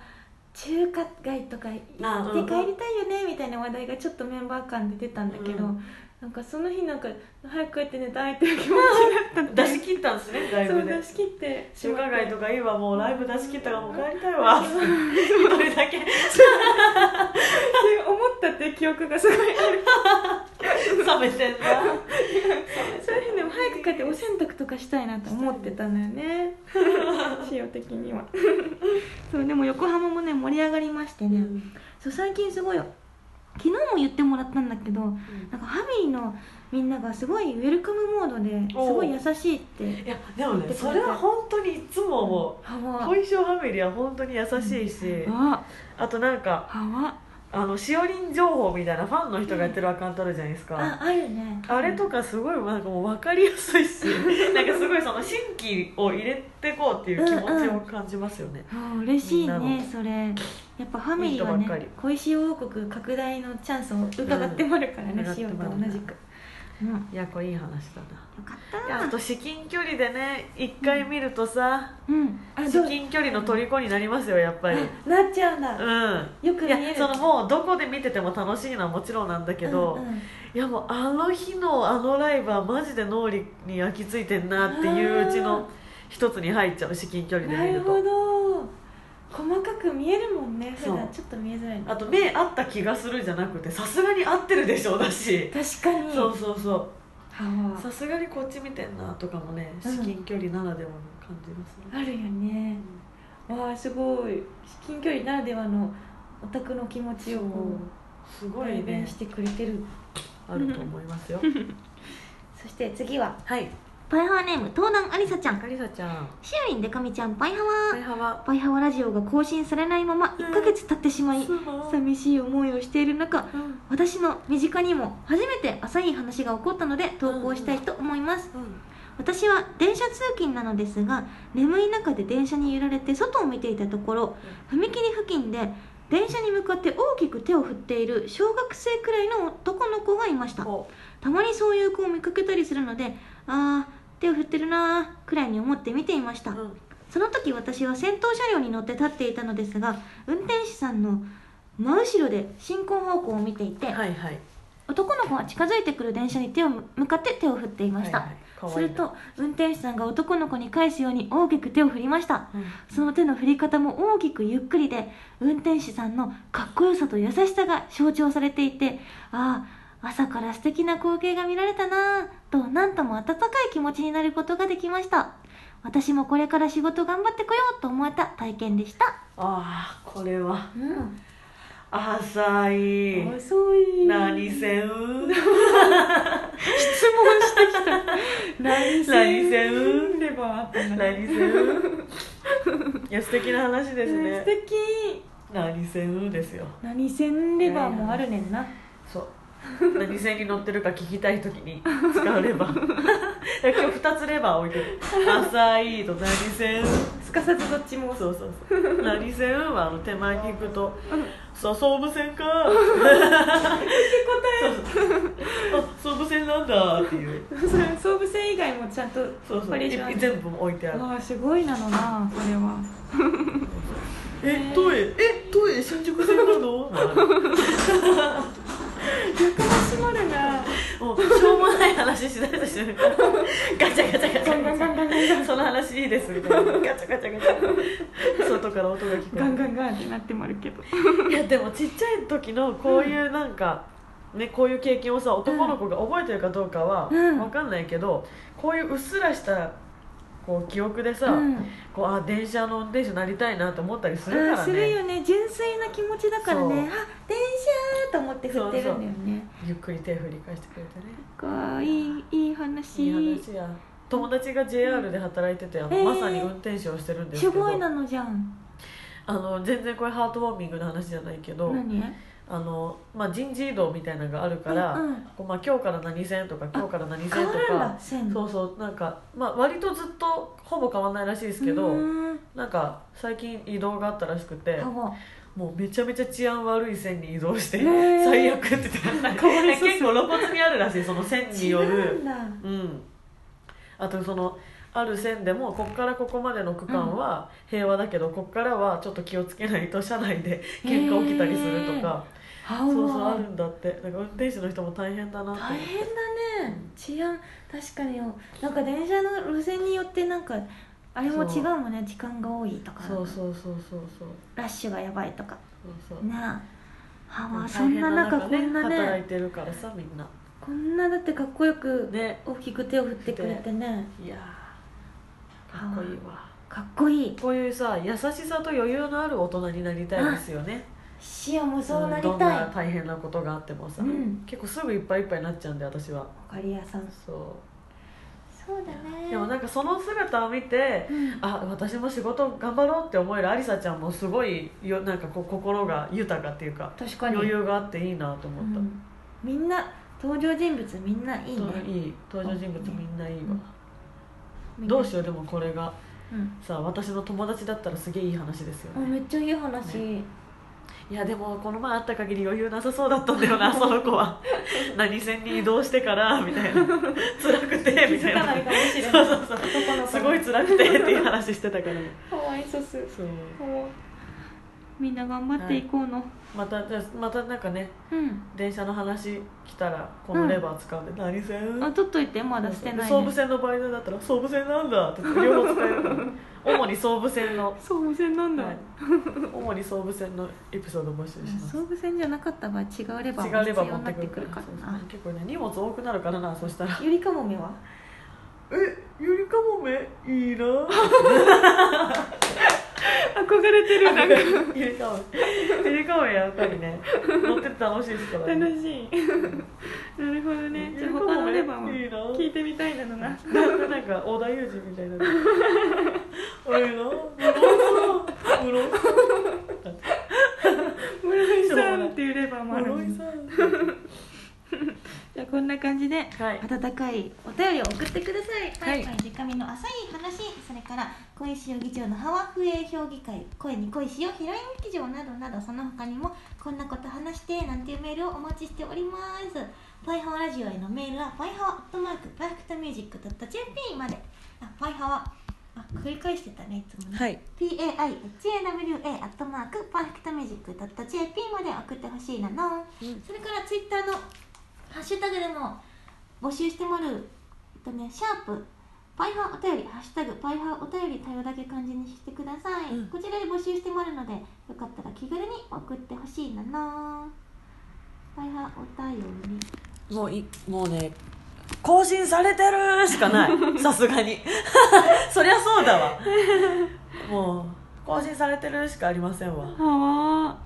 [SPEAKER 1] 中華街とか行って帰り
[SPEAKER 2] あうんうん
[SPEAKER 1] たいよねみたいな話題がちょっとメンバー間で出たんだけど、
[SPEAKER 2] う
[SPEAKER 1] なんかその日なんか早く帰って寝たいっていう気持ちになったん
[SPEAKER 2] 出し切ったんですねライ
[SPEAKER 1] そ
[SPEAKER 2] ブ
[SPEAKER 1] う
[SPEAKER 2] で
[SPEAKER 1] 出し切って
[SPEAKER 2] 中華街とかいいわもうライブ出し切ったからもう帰りたい
[SPEAKER 1] か
[SPEAKER 2] わ
[SPEAKER 1] っ
[SPEAKER 2] 一
[SPEAKER 1] て思
[SPEAKER 2] 人だけ
[SPEAKER 1] ったっていう記憶がすごい
[SPEAKER 2] 冷めてんな
[SPEAKER 1] そういう日でも早く帰ってお洗濯とかしたいなと思ってたのよ ね仕様的には そうでも横浜もね盛り上がりましてね、そう最近すごい昨日も言ってもらったんだけどなんかファミリーのみんながすごいウェルカムモードです
[SPEAKER 2] おう
[SPEAKER 1] ごい優しいって
[SPEAKER 2] いやでもねそれは本当にいつも思
[SPEAKER 1] ハ
[SPEAKER 2] う
[SPEAKER 1] ワ
[SPEAKER 2] 小石尾ファミリーは本当に優しいし
[SPEAKER 1] あ
[SPEAKER 2] あとなんか
[SPEAKER 1] ハワ
[SPEAKER 2] あのしおりん情報みたいなファンの人がやってるアカウントあるじゃないです
[SPEAKER 1] あ
[SPEAKER 2] か
[SPEAKER 1] あるね
[SPEAKER 2] あれとかすごいなんかもう分かりやすい しなんかすごいその新規を入れてこうっていう気持ちを感じますよね
[SPEAKER 1] あー嬉しい
[SPEAKER 2] みんな
[SPEAKER 1] ねそれやっぱファミリーはい
[SPEAKER 2] い人ばっか
[SPEAKER 1] ね
[SPEAKER 2] り
[SPEAKER 1] 小石王国拡大のチャンスを伺ってもらうからね、
[SPEAKER 2] うん
[SPEAKER 1] しようと同じく、うん、よ
[SPEAKER 2] いやこれいい話だな
[SPEAKER 1] かっ
[SPEAKER 2] いやあ
[SPEAKER 1] た
[SPEAKER 2] と至近距離でね一回見るとさ
[SPEAKER 1] うんあど
[SPEAKER 2] 至
[SPEAKER 1] う
[SPEAKER 2] 近距離の虜になりますよやっぱり
[SPEAKER 1] あなっちゃうんだ、
[SPEAKER 2] うん
[SPEAKER 1] よく
[SPEAKER 2] い
[SPEAKER 1] 見え
[SPEAKER 2] や
[SPEAKER 1] る
[SPEAKER 2] そのもうどこで見てても楽しいのはもちろんなんだけど、
[SPEAKER 1] うんうん
[SPEAKER 2] いやもうあの日のあのライブはマジで脳裏に焼き付いてんなっていううちの一つに入っちゃう至近距離で
[SPEAKER 1] な
[SPEAKER 2] 見
[SPEAKER 1] る
[SPEAKER 2] る
[SPEAKER 1] ほ
[SPEAKER 2] と
[SPEAKER 1] ど細かく見えるもんね普
[SPEAKER 2] そう
[SPEAKER 1] 段ちょっと見えづらいの
[SPEAKER 2] あと目合った気がするじゃなくてさすがに合ってるでしょうだし、
[SPEAKER 1] 確かに
[SPEAKER 2] そうそうそう
[SPEAKER 1] は
[SPEAKER 2] さすがにこっち見てんなとかもね
[SPEAKER 1] うん
[SPEAKER 2] 至近距離ならではの感じますね、
[SPEAKER 1] ああるよねわあすごい至近距離ならではのオタクの気持ちを
[SPEAKER 2] そうすご
[SPEAKER 1] 代
[SPEAKER 2] い
[SPEAKER 1] 弁
[SPEAKER 2] ね
[SPEAKER 1] してくれてる
[SPEAKER 2] あると思いますよ
[SPEAKER 1] そして次は
[SPEAKER 2] はい
[SPEAKER 1] パイハワネーム東南ありさちゃん
[SPEAKER 2] かりさちゃん
[SPEAKER 1] しおりんでかみちゃんパイハ
[SPEAKER 2] 大
[SPEAKER 1] ワ
[SPEAKER 2] 幅
[SPEAKER 1] パイハワラジオが更新されないまま1ヶ月経ってしまい寂しい思いをしている中
[SPEAKER 2] うん
[SPEAKER 1] 私の身近にも初めて浅い話が起こったので投稿したいと思います
[SPEAKER 2] うん
[SPEAKER 1] 私は電車通勤なのですが眠い中で電車に揺られて外を見ていたところ踏切付近で電車に向かって大きく手を振っている小学生くらいの男の子がいました
[SPEAKER 2] お
[SPEAKER 1] たまにそういう子を見かけたりするのでああ手を振ってるなーくらいに思って見ていました
[SPEAKER 2] うん
[SPEAKER 1] その時私は先頭車両に乗って立っていたのですが運転手さんの真後ろで進行方向を見ていて、
[SPEAKER 2] はいはい
[SPEAKER 1] 男の子が近づいてくる電車に手を向かって手を振っていました、
[SPEAKER 2] はいはいかわいい
[SPEAKER 1] する
[SPEAKER 2] な
[SPEAKER 1] と運転手さんが男の子に返すように大きく手を振りました
[SPEAKER 2] うん
[SPEAKER 1] その手の振り方も大きくゆっくりで運転手さんのかっこよさと優しさが象徴されていてああ朝から素敵な光景が見られたなぁと何とも温かい気持ちになることができました私もこれから仕事頑張ってこようと思えた体験でした、
[SPEAKER 2] ああこれは
[SPEAKER 1] うん、
[SPEAKER 2] 浅い
[SPEAKER 1] 遅い
[SPEAKER 2] 何線
[SPEAKER 1] 質問してきた何
[SPEAKER 2] 何線
[SPEAKER 1] レバーってな
[SPEAKER 2] 何線いや素敵な話です
[SPEAKER 1] 素
[SPEAKER 2] ね
[SPEAKER 1] 敵
[SPEAKER 2] 何線ですよ
[SPEAKER 1] 何線レバーもあるねんな
[SPEAKER 2] そう何線に乗ってるか聞きたい時に使うレバーいや今日2つレバー置いてる浅いと何線
[SPEAKER 1] すかさずどっちも
[SPEAKER 2] そうそうそう何線はあの手前に行くと「さ総武線か」そうそうあ総武線なんだ」っていう
[SPEAKER 1] それ総武線以外もちゃんと
[SPEAKER 2] そうそう
[SPEAKER 1] バリエーションある
[SPEAKER 2] い全部置いてある
[SPEAKER 1] わあすごいなのなそれは
[SPEAKER 2] え、都営、え、都営新宿線なの。
[SPEAKER 1] 閉まるな
[SPEAKER 2] もうしょうもない話しだしたし、ガチャガチャガチ
[SPEAKER 1] ガンガンガンガンガン
[SPEAKER 2] ャ。その話いいですみたいな、ガチャガチャガチャ。外から音が聞こえる
[SPEAKER 1] ガンガンガンってなってもあるけど
[SPEAKER 2] いや、でも、ちっちゃい時のこういうなんか。ね、こういう経験をさ男の子が覚えてるかどうかは
[SPEAKER 1] うん
[SPEAKER 2] 分かんないけど、こういううっすらしたこう記憶でさ、
[SPEAKER 1] うん
[SPEAKER 2] こうあ電車の運転手になりたいなと思ったりする
[SPEAKER 1] う
[SPEAKER 2] か
[SPEAKER 1] ん
[SPEAKER 2] ら
[SPEAKER 1] する
[SPEAKER 2] ね
[SPEAKER 1] よね純粋な気持ちだから
[SPEAKER 2] そう
[SPEAKER 1] ねあ電車と思って振ってるんだよね
[SPEAKER 2] ゆっくり手振り返してくれてね
[SPEAKER 1] かいいいい話
[SPEAKER 2] いい話や友達が JR で働いててあの、
[SPEAKER 1] えー
[SPEAKER 2] まさに運転手をしてるんですけ
[SPEAKER 1] す
[SPEAKER 2] ど
[SPEAKER 1] ごいなのじゃん
[SPEAKER 2] あの全然これハートウォーミングの話じゃないけど
[SPEAKER 1] 何
[SPEAKER 2] あの、まあ、人事異動みたいなのがあるから、
[SPEAKER 1] うんうん
[SPEAKER 2] こうまあ、今日から何線とか今日から何線と
[SPEAKER 1] 変わるん
[SPEAKER 2] か
[SPEAKER 1] だ線
[SPEAKER 2] そうそうなんか、まあ、割とずっとほぼ変わんないらしいですけど、
[SPEAKER 1] うーん
[SPEAKER 2] なんか最近移動があったらしくて
[SPEAKER 1] かわ
[SPEAKER 2] もうめちゃめちゃ治安悪い線に移動して、
[SPEAKER 1] へー
[SPEAKER 2] 最悪って言ってたなんか結構露骨にあるらしいその線に
[SPEAKER 1] 違
[SPEAKER 2] よる。
[SPEAKER 1] うんだ
[SPEAKER 2] うん、あとそのある線でもここからここまでの区間は平和だけど、ここからはちょっと気をつけないと車内で喧嘩起きたりするとか、
[SPEAKER 1] は
[SPEAKER 2] そうそう
[SPEAKER 1] わ
[SPEAKER 2] あるんだってだから運転手の人も大変だなって
[SPEAKER 1] 大変だね治安確かによなんか電車の路線によってなんかあれも違うもんね時間が多いとか
[SPEAKER 2] そうそうそうそうそう
[SPEAKER 1] ラッシュがやばいとか
[SPEAKER 2] そうそう
[SPEAKER 1] ねああ
[SPEAKER 2] 大
[SPEAKER 1] そん
[SPEAKER 2] 変
[SPEAKER 1] な中
[SPEAKER 2] 中
[SPEAKER 1] こんな
[SPEAKER 2] 働い
[SPEAKER 1] ね
[SPEAKER 2] てるからさみんな
[SPEAKER 1] こんなだってかっこよく
[SPEAKER 2] ね
[SPEAKER 1] 大きく手を振ってくれてね
[SPEAKER 2] いやーかっこいいわ
[SPEAKER 1] かっこいい
[SPEAKER 2] こういうさ優しさと余裕のある大人になりたいですよね
[SPEAKER 1] 視野もそうなり
[SPEAKER 2] んどん
[SPEAKER 1] たい
[SPEAKER 2] な大変なことがあってもさ、
[SPEAKER 1] うん
[SPEAKER 2] 結構すぐいっぱいいっぱいになっちゃうんで私は
[SPEAKER 1] おかり屋さん
[SPEAKER 2] そ
[SPEAKER 1] そうだね
[SPEAKER 2] うでもなんかその姿を見て
[SPEAKER 1] うん
[SPEAKER 2] あ私も仕事頑張ろうって思えるありさちゃんもすごいよなんかこう心が豊かっていうか
[SPEAKER 1] 確かに
[SPEAKER 2] 余裕があっていいなと思
[SPEAKER 1] う
[SPEAKER 2] った、
[SPEAKER 1] んみんな登場人物みんないいね
[SPEAKER 2] いい登場人物みんないいわ、
[SPEAKER 1] みんな
[SPEAKER 2] どうしようでもこれが
[SPEAKER 1] うん
[SPEAKER 2] さ私の友達だったらすげえいい話ですよ
[SPEAKER 1] あ
[SPEAKER 2] ね、
[SPEAKER 1] めっちゃいい話、
[SPEAKER 2] いやでもこの前会った限り余裕なさそうだったんだよなその 子は何線に移動してからみたいな辛くてみたいな
[SPEAKER 1] かもしれ
[SPEAKER 2] そうそうそう
[SPEAKER 1] 男の子
[SPEAKER 2] すごい辛くてっていう話してたから
[SPEAKER 1] かわいそうす
[SPEAKER 2] そう
[SPEAKER 1] みんな頑張っていこうの、
[SPEAKER 2] またじゃあまたなんかね
[SPEAKER 1] うん
[SPEAKER 2] 電車の話来たらこのレバー使うんで、何線
[SPEAKER 1] あ取っといてまだ捨てない
[SPEAKER 2] で総武
[SPEAKER 1] ね
[SPEAKER 2] 線の場合だったら総武線なんだって両方使えるから主に総武線の、
[SPEAKER 1] 総武線なん
[SPEAKER 2] はい、主に総武線のエピソード募集します
[SPEAKER 1] 総武線じゃなかった場合違うレバ
[SPEAKER 2] 違
[SPEAKER 1] ーが
[SPEAKER 2] う
[SPEAKER 1] 必
[SPEAKER 2] レバ
[SPEAKER 1] 要
[SPEAKER 2] ー持
[SPEAKER 1] にな
[SPEAKER 2] っ
[SPEAKER 1] ってて
[SPEAKER 2] く
[SPEAKER 1] く
[SPEAKER 2] る
[SPEAKER 1] るか
[SPEAKER 2] か
[SPEAKER 1] らら
[SPEAKER 2] そう
[SPEAKER 1] な
[SPEAKER 2] そう結構ね荷物多くなるからなそしたら
[SPEAKER 1] ゆりかもめは
[SPEAKER 2] えゆりかもめいいな
[SPEAKER 1] 憧れてるなんか
[SPEAKER 2] ゆりかもめゆりかもめやっぱりね乗ってて楽しいですから、ね、
[SPEAKER 1] 楽しい なるほどねじゃあ他のレバーも
[SPEAKER 2] いいな
[SPEAKER 1] 聞いてみたいなのな
[SPEAKER 2] なんかなんか織田裕二みたいなあれな室井
[SPEAKER 1] 室井さ
[SPEAKER 2] さん室井さ
[SPEAKER 1] んっていうレバーもある
[SPEAKER 2] ん
[SPEAKER 1] ね
[SPEAKER 2] 室井さん
[SPEAKER 1] じゃあこんな感じで
[SPEAKER 2] はい
[SPEAKER 1] 温かいお便りを送ってください。
[SPEAKER 2] はい
[SPEAKER 1] デカミの浅い話、それから小石代議長のハワフエ評議会、声に恋しよヒロイン劇場などなどその他にもこんなこと話してなんていうメールをお待ちしております。パイハワラジオへのメールはパイハワアットマークパーフェクトミュージックドット JP まで。あパイハワあ繰り返してたねいつもね、
[SPEAKER 2] はい、
[SPEAKER 1] paihawa.perfectmusic.jp まで送ってほしいなの、
[SPEAKER 2] うん
[SPEAKER 1] それからツイッターのハッシュタグでも募集してもらうえっとねシャープパイハーお便りハッシュタグパイハーお便り対応だけ漢字にしてください、
[SPEAKER 2] うん
[SPEAKER 1] こちらで募集してもらうのでよかったら気軽に送ってほしいなのパイハーお便り
[SPEAKER 2] もういもうね更新されてるしか ないさすがにそりゃそうだわもう更新されてるしかありませんわ
[SPEAKER 4] は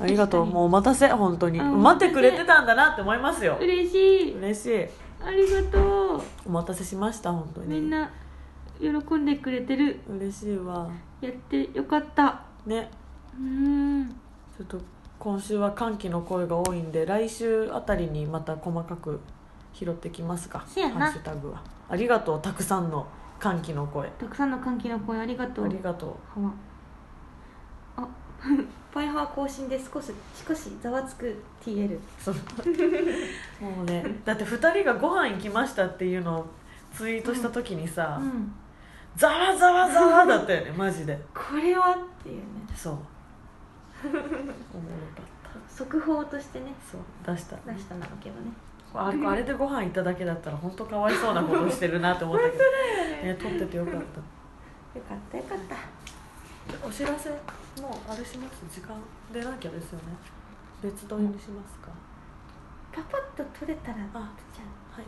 [SPEAKER 2] ありがとうもうお待たせ本当に
[SPEAKER 4] あ
[SPEAKER 2] 待ってくれてたんだなって思いますよ
[SPEAKER 4] わ嬉しい
[SPEAKER 2] 嬉しい
[SPEAKER 4] ありがとう
[SPEAKER 2] お待たせしました本当に
[SPEAKER 4] みんな喜んでくれてる
[SPEAKER 2] 嬉しいわ
[SPEAKER 4] やってよかった
[SPEAKER 2] ね
[SPEAKER 4] うん
[SPEAKER 2] ちょっと今週は歓喜の声が多いんで来週あたりにまた細かく拾ってきますか
[SPEAKER 1] せやな
[SPEAKER 2] ハッシュタグはありがとうたくさんの歓喜の声
[SPEAKER 4] たくさんの歓喜の声ありがと
[SPEAKER 2] あ
[SPEAKER 4] う
[SPEAKER 2] りがとう
[SPEAKER 4] ハワあ パイハワ更新で少し少しざわつく TL
[SPEAKER 2] そう もうねだって2人がご飯行きましたっていうのをツイートした時にさ、
[SPEAKER 4] うん
[SPEAKER 2] ざわざわざわだっ たよねマジで
[SPEAKER 4] これはっていうね
[SPEAKER 2] そう おもろかった
[SPEAKER 4] 速報としてね
[SPEAKER 2] そう出した
[SPEAKER 4] 出したんだけどね
[SPEAKER 2] ああれでご飯行っただけだったら本当かわいそうなことしてるなって思った けどね撮っててよかっ
[SPEAKER 4] よ
[SPEAKER 2] た
[SPEAKER 4] かったよかった
[SPEAKER 2] お知らせもうあれします時間出なきゃですよね別撮りにしますか、
[SPEAKER 4] パパッと取れたら
[SPEAKER 2] あ
[SPEAKER 4] じゃあ
[SPEAKER 2] はい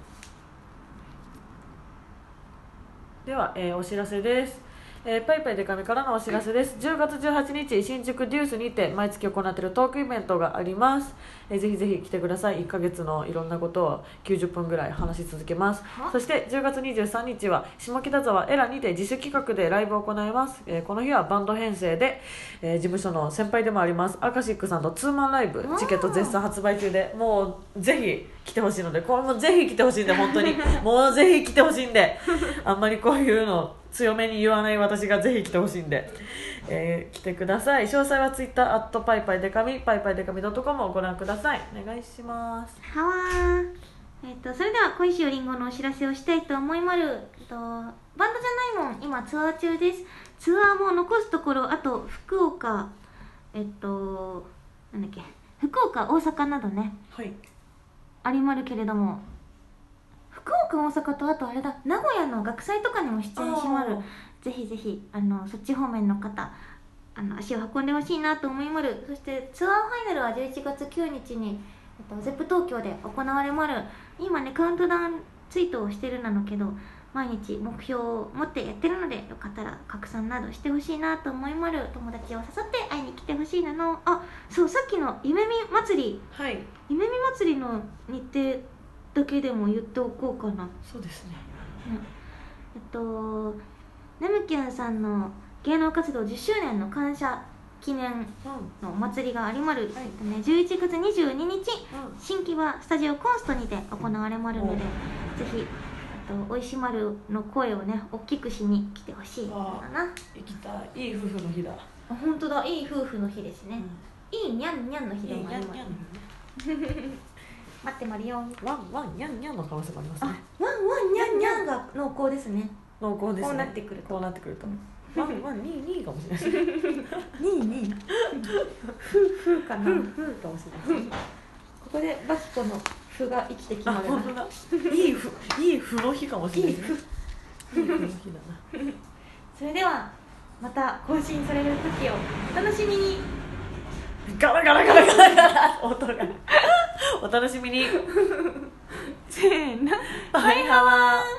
[SPEAKER 2] では、えーお知らせですえー、パイパイデカミからのお知らせです10月18日新宿デュースにて毎月行っているトークイベントがあります、えーぜひぜひ来てください1ヶ月のいろんなことを90分ぐらい話し続けますそして10月23日は下北沢エラにて自主企画でライブを行います、えーこの日はバンド編成で、えー事務所の先輩でもありますアカシックさんとツーマンライブチケット絶賛発売中でもうぜひ来てほしいのでこれもぜひ来てほしいんで本 当にもうぜひ来てほしいんであんまりこういうの強めに言わない私がぜひ来てほしいんで、えー来てください詳細は Twitter アットパイパイデカミパイパイデカミ .com をご覧くださいお願いします
[SPEAKER 1] はわーえっと、それでは小石よりんごのお知らせをしたいと思いまる、えっと、バンドじゃないもん今ツアー中ですツアーも残すところあと福岡えっとなんだっけ福岡大阪などね
[SPEAKER 2] はい
[SPEAKER 1] ありまるけれども福岡大阪とあとあれだ名古屋の学祭とかにも出演しまるぜひぜひあのそっち方面の方あの足を運んでほしいなと思いまるそしてツアーファイナルは11月9日に、えっと、ゼップ東京で行われまる今ねカウントダウンツイートをしてるなのけど毎日目標を持ってやってるのでよかったら拡散などしてほしいなと思いまる友達を誘って会いに来てほしいなのあそうさっきの夢見祭り
[SPEAKER 2] はい
[SPEAKER 1] 夢見祭りの日程だけでも言っておこうかな
[SPEAKER 2] そうですね
[SPEAKER 1] えっとねむきゅんさんの芸能活動10周年の感謝記念
[SPEAKER 2] うんうん
[SPEAKER 1] のお祭りがありまる、
[SPEAKER 2] はい
[SPEAKER 1] えっとね、11月22日新規はスタジオコンストにて行われまるのでぜひえっとおいしまるの声をね大きくしに来てほしい
[SPEAKER 2] あ
[SPEAKER 1] かな
[SPEAKER 2] 行きたいいい夫婦の日だ、
[SPEAKER 1] あ本当だいい夫婦の日です
[SPEAKER 2] う
[SPEAKER 1] ね
[SPEAKER 2] ん、、
[SPEAKER 1] いいにゃんにゃんの日
[SPEAKER 2] い
[SPEAKER 1] で
[SPEAKER 2] いに
[SPEAKER 1] もあ
[SPEAKER 2] ゃ
[SPEAKER 1] り
[SPEAKER 2] ん
[SPEAKER 1] ま
[SPEAKER 2] に
[SPEAKER 1] す
[SPEAKER 2] ゃん
[SPEAKER 1] 待ってまるよ
[SPEAKER 2] ワンワンにゃんにゃんの可能性もあります
[SPEAKER 1] あ
[SPEAKER 2] ね
[SPEAKER 1] ワンワンにゃんにゃんが濃厚ですね
[SPEAKER 2] 濃厚ですね
[SPEAKER 1] こうなってくると
[SPEAKER 2] こうなってくるとワンワンニーニーかも しれない
[SPEAKER 4] 2位2位
[SPEAKER 1] 夫婦かな
[SPEAKER 2] 夫婦かもしれない
[SPEAKER 4] ここでバキコの歩が生きてき
[SPEAKER 2] あ
[SPEAKER 4] まる
[SPEAKER 2] 本当だいいふいいふの日かもしれない、ね、いいふの日だな
[SPEAKER 4] それではまた更新される時をお楽しみに
[SPEAKER 2] ガラガラガラガラガラ音がお楽しみに
[SPEAKER 4] せーの
[SPEAKER 2] バイハワー